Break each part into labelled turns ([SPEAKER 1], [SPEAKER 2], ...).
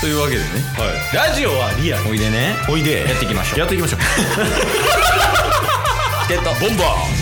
[SPEAKER 1] というわけでね
[SPEAKER 2] ラジオはリアル
[SPEAKER 1] おいでね
[SPEAKER 2] おいで
[SPEAKER 1] やっていきましょう
[SPEAKER 2] やっていきましょう
[SPEAKER 1] チケットボンバー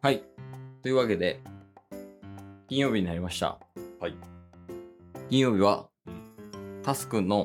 [SPEAKER 1] はいというわけで金曜日になりました
[SPEAKER 2] はい
[SPEAKER 1] 金曜日は、
[SPEAKER 2] う
[SPEAKER 1] タスくんの、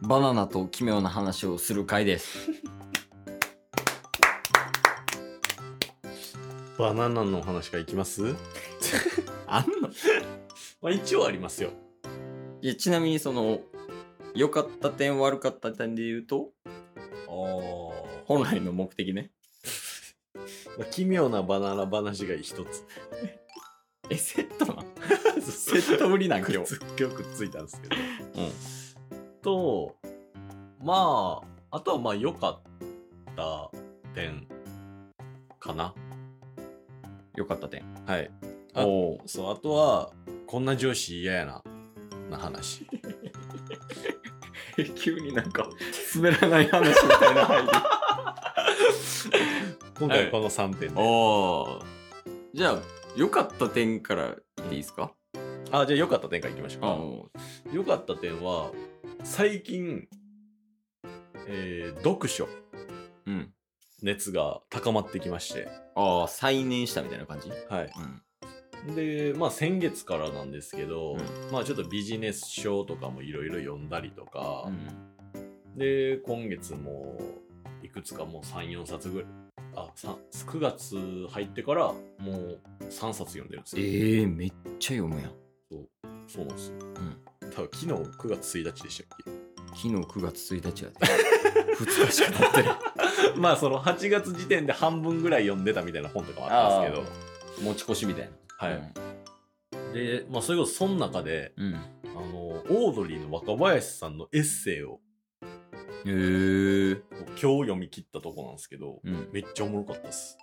[SPEAKER 1] バナナと奇妙な話をする回です
[SPEAKER 2] バナナのお話からいきます
[SPEAKER 1] あんの
[SPEAKER 2] まあ一応ありますよ
[SPEAKER 1] いやちなみにその良かった点悪かった点で言うと
[SPEAKER 2] あ
[SPEAKER 1] 本来の目的ね
[SPEAKER 2] あ奇妙なバナナ話が一つ
[SPEAKER 1] えセットなのセット売りなん今
[SPEAKER 2] くっ
[SPEAKER 1] 日
[SPEAKER 2] つ今日くっついたんですけどとまああとはまあ良かった点かな
[SPEAKER 1] 良かった点
[SPEAKER 2] はいあ
[SPEAKER 1] おお
[SPEAKER 2] そうあとはこんな上司嫌やなな話
[SPEAKER 1] ー 急になんか滑らない話みたいな 入り
[SPEAKER 2] 今回はこの3点で、
[SPEAKER 1] おーじゃあ良かった点から言っていいですか
[SPEAKER 2] あじゃあ良かった点からいきましょうか
[SPEAKER 1] お
[SPEAKER 2] 良かった点は最近、えー読書
[SPEAKER 1] うん
[SPEAKER 2] 熱が高まってきまして、
[SPEAKER 1] ああ再燃したみたいな感じ
[SPEAKER 2] はい、
[SPEAKER 1] うん
[SPEAKER 2] でまあ先月からなんですけど、
[SPEAKER 1] う
[SPEAKER 2] まあちょっとビジネス書とかもいろいろ読んだりとか
[SPEAKER 1] う、ん
[SPEAKER 2] で今月もいくつかもう34冊ぐらいあさ9月入ってからもう3冊読んでるんですよ、
[SPEAKER 1] ええめっちゃ読むやん
[SPEAKER 2] そうなんですよ、多分昨日9月1日でしたっけ
[SPEAKER 1] 昨日9月1日やで 2日しか経ってない
[SPEAKER 2] まあその8月時点で半分ぐらい読んでたみたいな本とかもあったんです
[SPEAKER 1] 持ち越しみたい
[SPEAKER 2] けどはい、で、まあ、それこそその中で
[SPEAKER 1] うん、
[SPEAKER 2] あのオードリーの若林さんのエッセイを
[SPEAKER 1] へえ
[SPEAKER 2] 今日読み切ったとこなんですけど
[SPEAKER 1] うん、
[SPEAKER 2] めっちゃおもろかったっす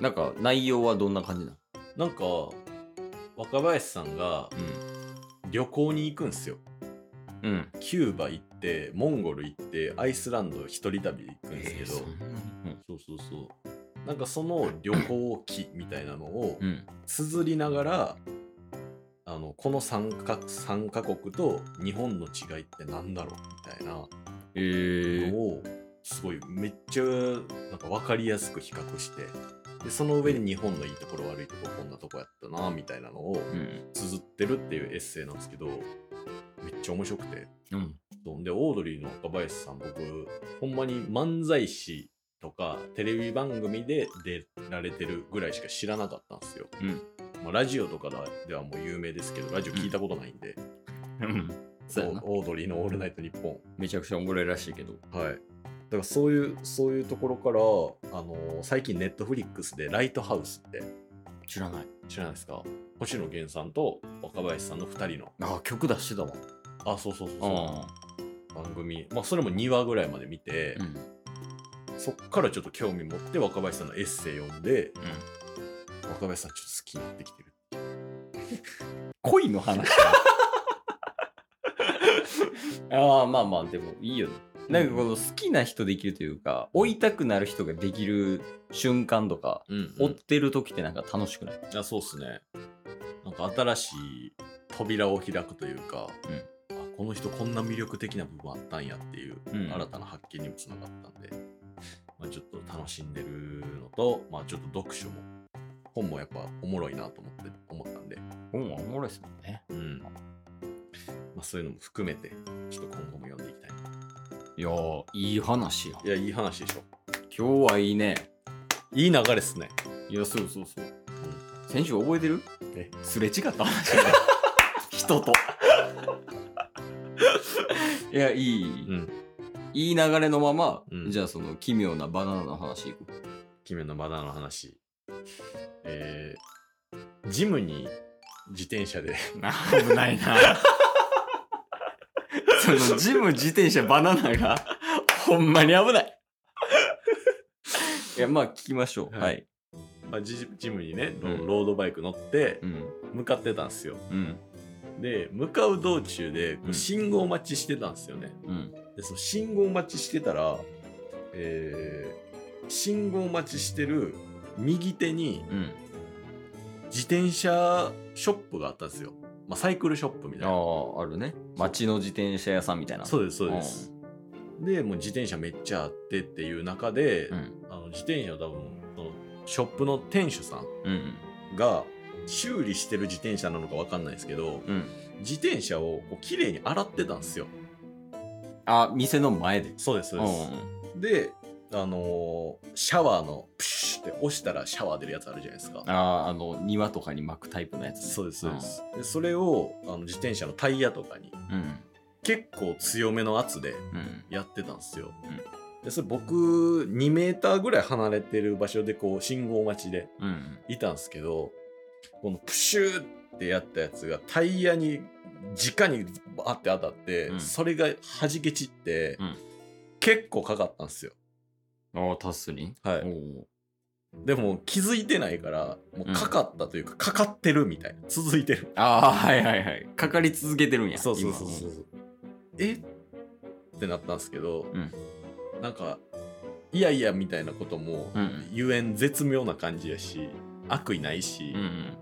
[SPEAKER 1] なんか内容はどんな感じなの
[SPEAKER 2] なんか若林さんが旅行に行くんすよ
[SPEAKER 1] うんうん
[SPEAKER 2] キューバ行ってモンゴル行ってアイスランド一人旅行くんです
[SPEAKER 1] え
[SPEAKER 2] けど、
[SPEAKER 1] ーそんなに
[SPEAKER 2] そうそうそうなんかその旅行記みたいなのを
[SPEAKER 1] うんうん
[SPEAKER 2] 綴りながらあのこの3か三カ国と日本の違いってなんだろうみたいな
[SPEAKER 1] えー
[SPEAKER 2] のをすごいめっちゃなんか分かりやすく比較してでその上で日本のいいところ悪いところこんなとこやったなみたいなのを
[SPEAKER 1] うん
[SPEAKER 2] 綴ってるっていうエッセイなんですけどめっちゃ面白くて
[SPEAKER 1] うん
[SPEAKER 2] そうでオードリーの若林さん僕ほんまに漫才師とかテレビ番組で出られてるぐらいしか知らなかったんですよ、
[SPEAKER 1] うん
[SPEAKER 2] まあ、ラジオとかではもう有名ですけどラジオ聞いたことないんで、
[SPEAKER 1] うんそうやな
[SPEAKER 2] オードリーの「オールナイトニッポン」
[SPEAKER 1] めちゃくちゃおもろいらしいけど
[SPEAKER 2] はい。だからそういう、そういうところから、あのー最近ネットフリックスでライトハウスって
[SPEAKER 1] 知らない
[SPEAKER 2] 知らないですか星野源さんと若林さんの2人の。
[SPEAKER 1] あ曲出してたわ
[SPEAKER 2] あ、そうそうそうそ
[SPEAKER 1] あ
[SPEAKER 2] う。番組。まあ、それも2話ぐらいまで見て、
[SPEAKER 1] うん
[SPEAKER 2] そっからちょっと興味持って若林さんのエッセイ読んで、
[SPEAKER 1] うん
[SPEAKER 2] 若林さんちょっと好きになってきてる。
[SPEAKER 1] 恋の話 ああまあまあでもいいよねなんかこの好きな人できるというか追いたくなる人ができる瞬間とか
[SPEAKER 2] うん
[SPEAKER 1] 追ってる時ってなんか楽しくない
[SPEAKER 2] あそうっすね。なんか新しい扉を開くというか、あこの人こんな魅力的な部分あったんやっていう
[SPEAKER 1] うん
[SPEAKER 2] 新たな発見にもつながったんで、まあ、ちょっと楽しんでるのと、まあ、ちょっと読書も本もやっぱおもろいなと思って思ったんで、
[SPEAKER 1] 本はおもろいですもんね
[SPEAKER 2] うんまあ、そういうのも含めてちょっと今後も読んでいきたいない
[SPEAKER 1] やーいい話や
[SPEAKER 2] いやいい話でしょ
[SPEAKER 1] 今日はいいね
[SPEAKER 2] いい流れっすね
[SPEAKER 1] いやそうそうそう、先週覚えてる
[SPEAKER 2] え
[SPEAKER 1] すれ違った話人といやいい、
[SPEAKER 2] うん
[SPEAKER 1] いい流れのまま、
[SPEAKER 2] うん
[SPEAKER 1] じゃあその奇妙なバナナの話いこう
[SPEAKER 2] 奇妙なバナナの話えー、ジムに自転車で
[SPEAKER 1] な危ないな そのジム自転車バナナがほんまに危ないいやまあ聞きましょう
[SPEAKER 2] は
[SPEAKER 1] はいい、
[SPEAKER 2] まあ、ジジムにねロ
[SPEAKER 1] うん
[SPEAKER 2] ロードバイク乗って
[SPEAKER 1] うん
[SPEAKER 2] 向かってたんですよ
[SPEAKER 1] うん
[SPEAKER 2] で向かう道中でこ
[SPEAKER 1] う
[SPEAKER 2] うん信号待ちしてたんですよね、
[SPEAKER 1] うん
[SPEAKER 2] でその信号待ちしてたら、えー信号待ちしてる右手に
[SPEAKER 1] うん
[SPEAKER 2] 自転車ショップがあったんですよ。まあ、サイクルショップみたい
[SPEAKER 1] あ
[SPEAKER 2] な。
[SPEAKER 1] あ、あるね。街の自転車屋さんみたいな。
[SPEAKER 2] そうです、そうです。で、もう自転車めっちゃあってっていう中で、
[SPEAKER 1] うん。
[SPEAKER 2] あの自転車を多分、そのショップの店主さん
[SPEAKER 1] うん。
[SPEAKER 2] が修理してる自転車なのかわかんないですけど、
[SPEAKER 1] うん。
[SPEAKER 2] 自転車をこう綺麗に洗ってたんですよ。
[SPEAKER 1] あ、店の前で。
[SPEAKER 2] そうです、そう
[SPEAKER 1] う
[SPEAKER 2] で
[SPEAKER 1] ん
[SPEAKER 2] す。で、あのーシャワーのプシュって押したらシャワー出るやつあるじゃないですか。
[SPEAKER 1] あーあの庭とかに巻くタイプのやつね、
[SPEAKER 2] そうです、そうです。でそれをあの自転車のタイヤとかに
[SPEAKER 1] うん
[SPEAKER 2] 結構強めの圧で
[SPEAKER 1] うん
[SPEAKER 2] やってたんですよ。
[SPEAKER 1] うん
[SPEAKER 2] でそれ僕2メーターぐらい離れてる場所でこう信号待ちで
[SPEAKER 1] うん
[SPEAKER 2] いたんですけどこのプシューってやったやつがタイヤに直にバーって当たって、
[SPEAKER 1] うん
[SPEAKER 2] それが弾け散って、
[SPEAKER 1] うん
[SPEAKER 2] 結構かかったんですよ。
[SPEAKER 1] うんああタスに
[SPEAKER 2] はい
[SPEAKER 1] おー
[SPEAKER 2] でも気づいてないからもうかかったというか、かかってるみたいな続いてる
[SPEAKER 1] ああはいはいはいかかり続けてるんや
[SPEAKER 2] そうそうそうそう
[SPEAKER 1] 今
[SPEAKER 2] そうえってなったんですけど、
[SPEAKER 1] うん
[SPEAKER 2] なんかいやいやみたいなことも
[SPEAKER 1] うん
[SPEAKER 2] ゆえん絶妙な感じやし悪意ないし
[SPEAKER 1] うん、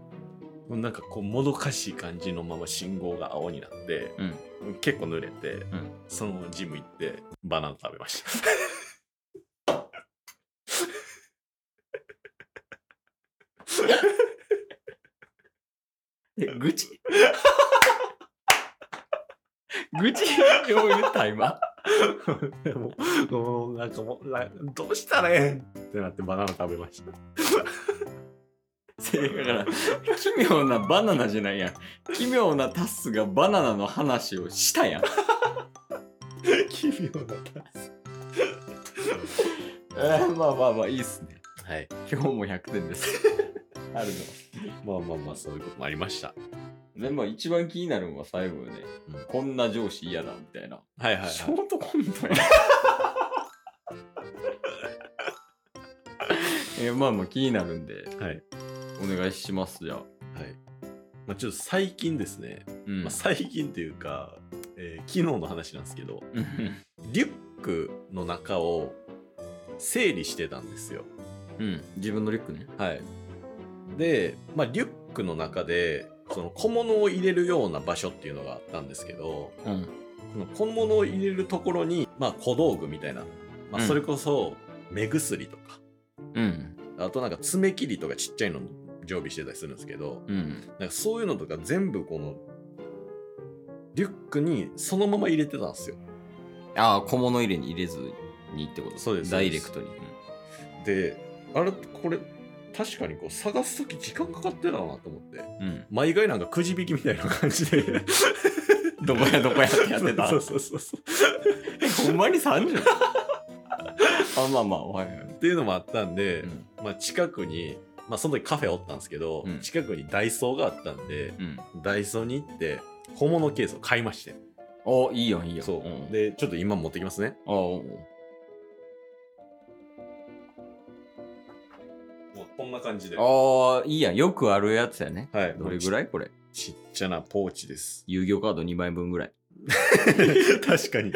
[SPEAKER 1] うん
[SPEAKER 2] なんかこうもどかしい感じのまま信号が青になって
[SPEAKER 1] うん
[SPEAKER 2] 結構濡れて、
[SPEAKER 1] ん
[SPEAKER 2] そのままジム行ってバナナ食べました
[SPEAKER 1] え愚痴 愚痴を言った 今
[SPEAKER 2] で ももうなんかもうらどうしたらええんってなってバナナ食べました
[SPEAKER 1] せや から奇妙なバナナじゃないやん奇妙なタスがバナナの話をしたやん
[SPEAKER 2] 奇妙だった
[SPEAKER 1] えーまあまあまあいいっすね
[SPEAKER 2] はい
[SPEAKER 1] 今日も100点です あるの
[SPEAKER 2] まあまあまあそういうこともありました
[SPEAKER 1] でも一番気になるのは最後よね、
[SPEAKER 2] うん
[SPEAKER 1] こんな上司嫌だみたいな、
[SPEAKER 2] はいはい、
[SPEAKER 1] ショートコントやえまあまあ気になるんで
[SPEAKER 2] はいはい
[SPEAKER 1] お願いしますじゃあ、
[SPEAKER 2] まあ、ちょっと最近ですね、
[SPEAKER 1] うん
[SPEAKER 2] まあ、最近というか、えー昨日の話なんですけど
[SPEAKER 1] うん
[SPEAKER 2] リュックの中を整理してたんですよ
[SPEAKER 1] うん自分のリュックね
[SPEAKER 2] はいで、まあ、リュックの中でその小物を入れるような場所っていうのがあったんですけど
[SPEAKER 1] うん
[SPEAKER 2] この小物を入れるところに、まあ、小道具みたいな、まあ、
[SPEAKER 1] うん
[SPEAKER 2] それこそ目薬とか、
[SPEAKER 1] うん
[SPEAKER 2] あとなんか爪切りとかちっちゃいの常備してたりするんですけど
[SPEAKER 1] うん
[SPEAKER 2] なんかそういうのとか全部このリュックにそのまま入れてたんですよ
[SPEAKER 1] ああ小物入れに入れずにってこと
[SPEAKER 2] そうです
[SPEAKER 1] ダイレクトに
[SPEAKER 2] であれこれ確かにこう探す時時間かかってたなと思って
[SPEAKER 1] うん、うん
[SPEAKER 2] 毎回なんかくじ引きみたいな感じで
[SPEAKER 1] どこやどこやってやってた
[SPEAKER 2] そうそうそうそう
[SPEAKER 1] ほんまに30 あまあまあはいはい
[SPEAKER 2] っていうのもあったんで、
[SPEAKER 1] うん
[SPEAKER 2] まあ、近くに、まあ、その時カフェおったんですけど、
[SPEAKER 1] うん
[SPEAKER 2] 近くにダイソーがあったんで
[SPEAKER 1] うん
[SPEAKER 2] ダイソーに行って小物ケースを買いまして
[SPEAKER 1] おいいよいいよ
[SPEAKER 2] そう、
[SPEAKER 1] ん、
[SPEAKER 2] でちょっと今持ってきますね
[SPEAKER 1] あお
[SPEAKER 2] こんな感じでは
[SPEAKER 1] ああ、いいやん。よくあるやつやね。
[SPEAKER 2] い
[SPEAKER 1] どれぐら
[SPEAKER 2] い
[SPEAKER 1] いこれ。
[SPEAKER 2] ちっちゃなポーチです
[SPEAKER 1] 遊戯王カード2枚分ぐら い。
[SPEAKER 2] 確かに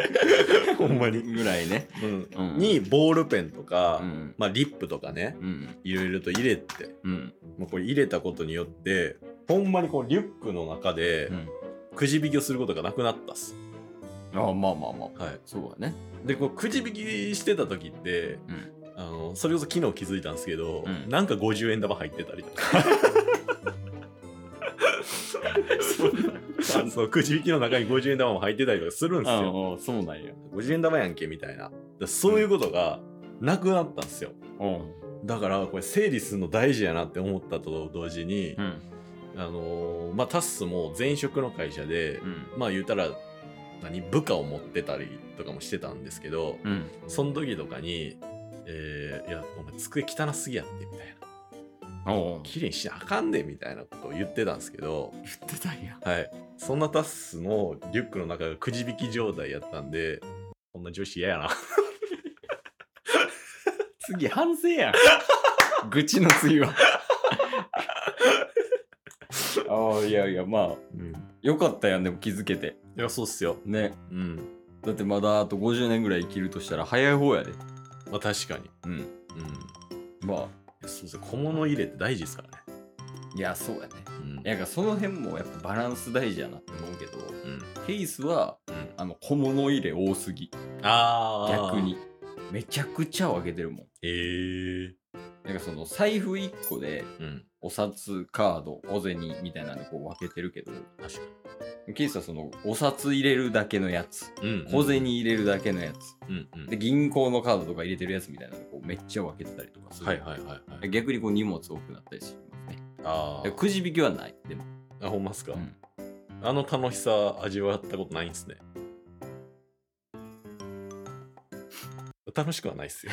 [SPEAKER 2] ほんまに、
[SPEAKER 1] ぐらいね。
[SPEAKER 2] うん
[SPEAKER 1] うん
[SPEAKER 2] にボールペンとか、
[SPEAKER 1] うん。
[SPEAKER 2] まあ、リップとかね
[SPEAKER 1] うん。
[SPEAKER 2] いろいろと入れて
[SPEAKER 1] うん。
[SPEAKER 2] もうこれ入れたことによってほんまにこのリュックの中で
[SPEAKER 1] うん。
[SPEAKER 2] くじ引きをすることがなくなったっす、
[SPEAKER 1] ああ、まあまあまあ。
[SPEAKER 2] はい
[SPEAKER 1] そうだね。
[SPEAKER 2] でこうくじ引きしてた時って、
[SPEAKER 1] うん
[SPEAKER 2] あのそれこそ昨日気づいたんですけど、
[SPEAKER 1] うん
[SPEAKER 2] なんか50円玉入ってたり とかそうくじ引きの中に50円玉も入ってたりとかするん です
[SPEAKER 1] あ
[SPEAKER 2] よ
[SPEAKER 1] あ、そうなんや。
[SPEAKER 2] 50円玉やんけみたいなだそういうことがなくなったんですよ
[SPEAKER 1] うん。
[SPEAKER 2] だからこれ整理するの大事やなって思ったと同時に、
[SPEAKER 1] うん。
[SPEAKER 2] あのーまあタッスも前職の会社で、
[SPEAKER 1] うん。
[SPEAKER 2] まあ言うたら何部下を持ってたりとかもしてたんですけど、
[SPEAKER 1] うん。
[SPEAKER 2] その時とかに、えーいや、お前机汚すぎやって、みたいな。
[SPEAKER 1] おう
[SPEAKER 2] 綺麗にしなあかんで、みたいなことを言ってたんですけど、
[SPEAKER 1] 言ってたんや。
[SPEAKER 2] はい。そんなタッスのリュックの中がくじ引き状態やったんで、こんな女子嫌やな。
[SPEAKER 1] 次、反省や。 愚痴の次は。 ああ、いやいや、まあ、
[SPEAKER 2] うん。い
[SPEAKER 1] よかったやん、でも気づけて。
[SPEAKER 2] や、そうっすよ。
[SPEAKER 1] ね。
[SPEAKER 2] うん。
[SPEAKER 1] だってまだあと50年ぐらい生きるとしたら早い方やで。
[SPEAKER 2] まあ確かに。
[SPEAKER 1] うん。
[SPEAKER 2] うん。い
[SPEAKER 1] まあ、
[SPEAKER 2] やそうっすよ。小物入れって大事ですからね。
[SPEAKER 1] いや、そうやね。
[SPEAKER 2] うん
[SPEAKER 1] いや、だからその辺もやっぱバランス大事やなって思うけど、
[SPEAKER 2] うん
[SPEAKER 1] ケースは、
[SPEAKER 2] うん
[SPEAKER 1] あの、小物入れ多すぎ。
[SPEAKER 2] ああ
[SPEAKER 1] 逆に。めちゃくちゃ分けてるもん。
[SPEAKER 2] ええ
[SPEAKER 1] だからその財布1個で、
[SPEAKER 2] うん
[SPEAKER 1] お札、カード、小銭みたいなんでこう分けてるけど、
[SPEAKER 2] 確か
[SPEAKER 1] ケースはその、お札入れるだけのやつ、
[SPEAKER 2] に、うん
[SPEAKER 1] 小銭入れるだけのやつ、
[SPEAKER 2] うんうん
[SPEAKER 1] で、銀行のカードとか入れてるやつみたいなのでこうめっちゃ分けてたりとかする。
[SPEAKER 2] はいはいはいはい
[SPEAKER 1] 逆にこう荷物多くなったりしますね。
[SPEAKER 2] あ
[SPEAKER 1] でくじ引きはない。でも、
[SPEAKER 2] ああほんまっすか、
[SPEAKER 1] うん
[SPEAKER 2] あの楽しさ味わったことないん すね楽しくはないっすよ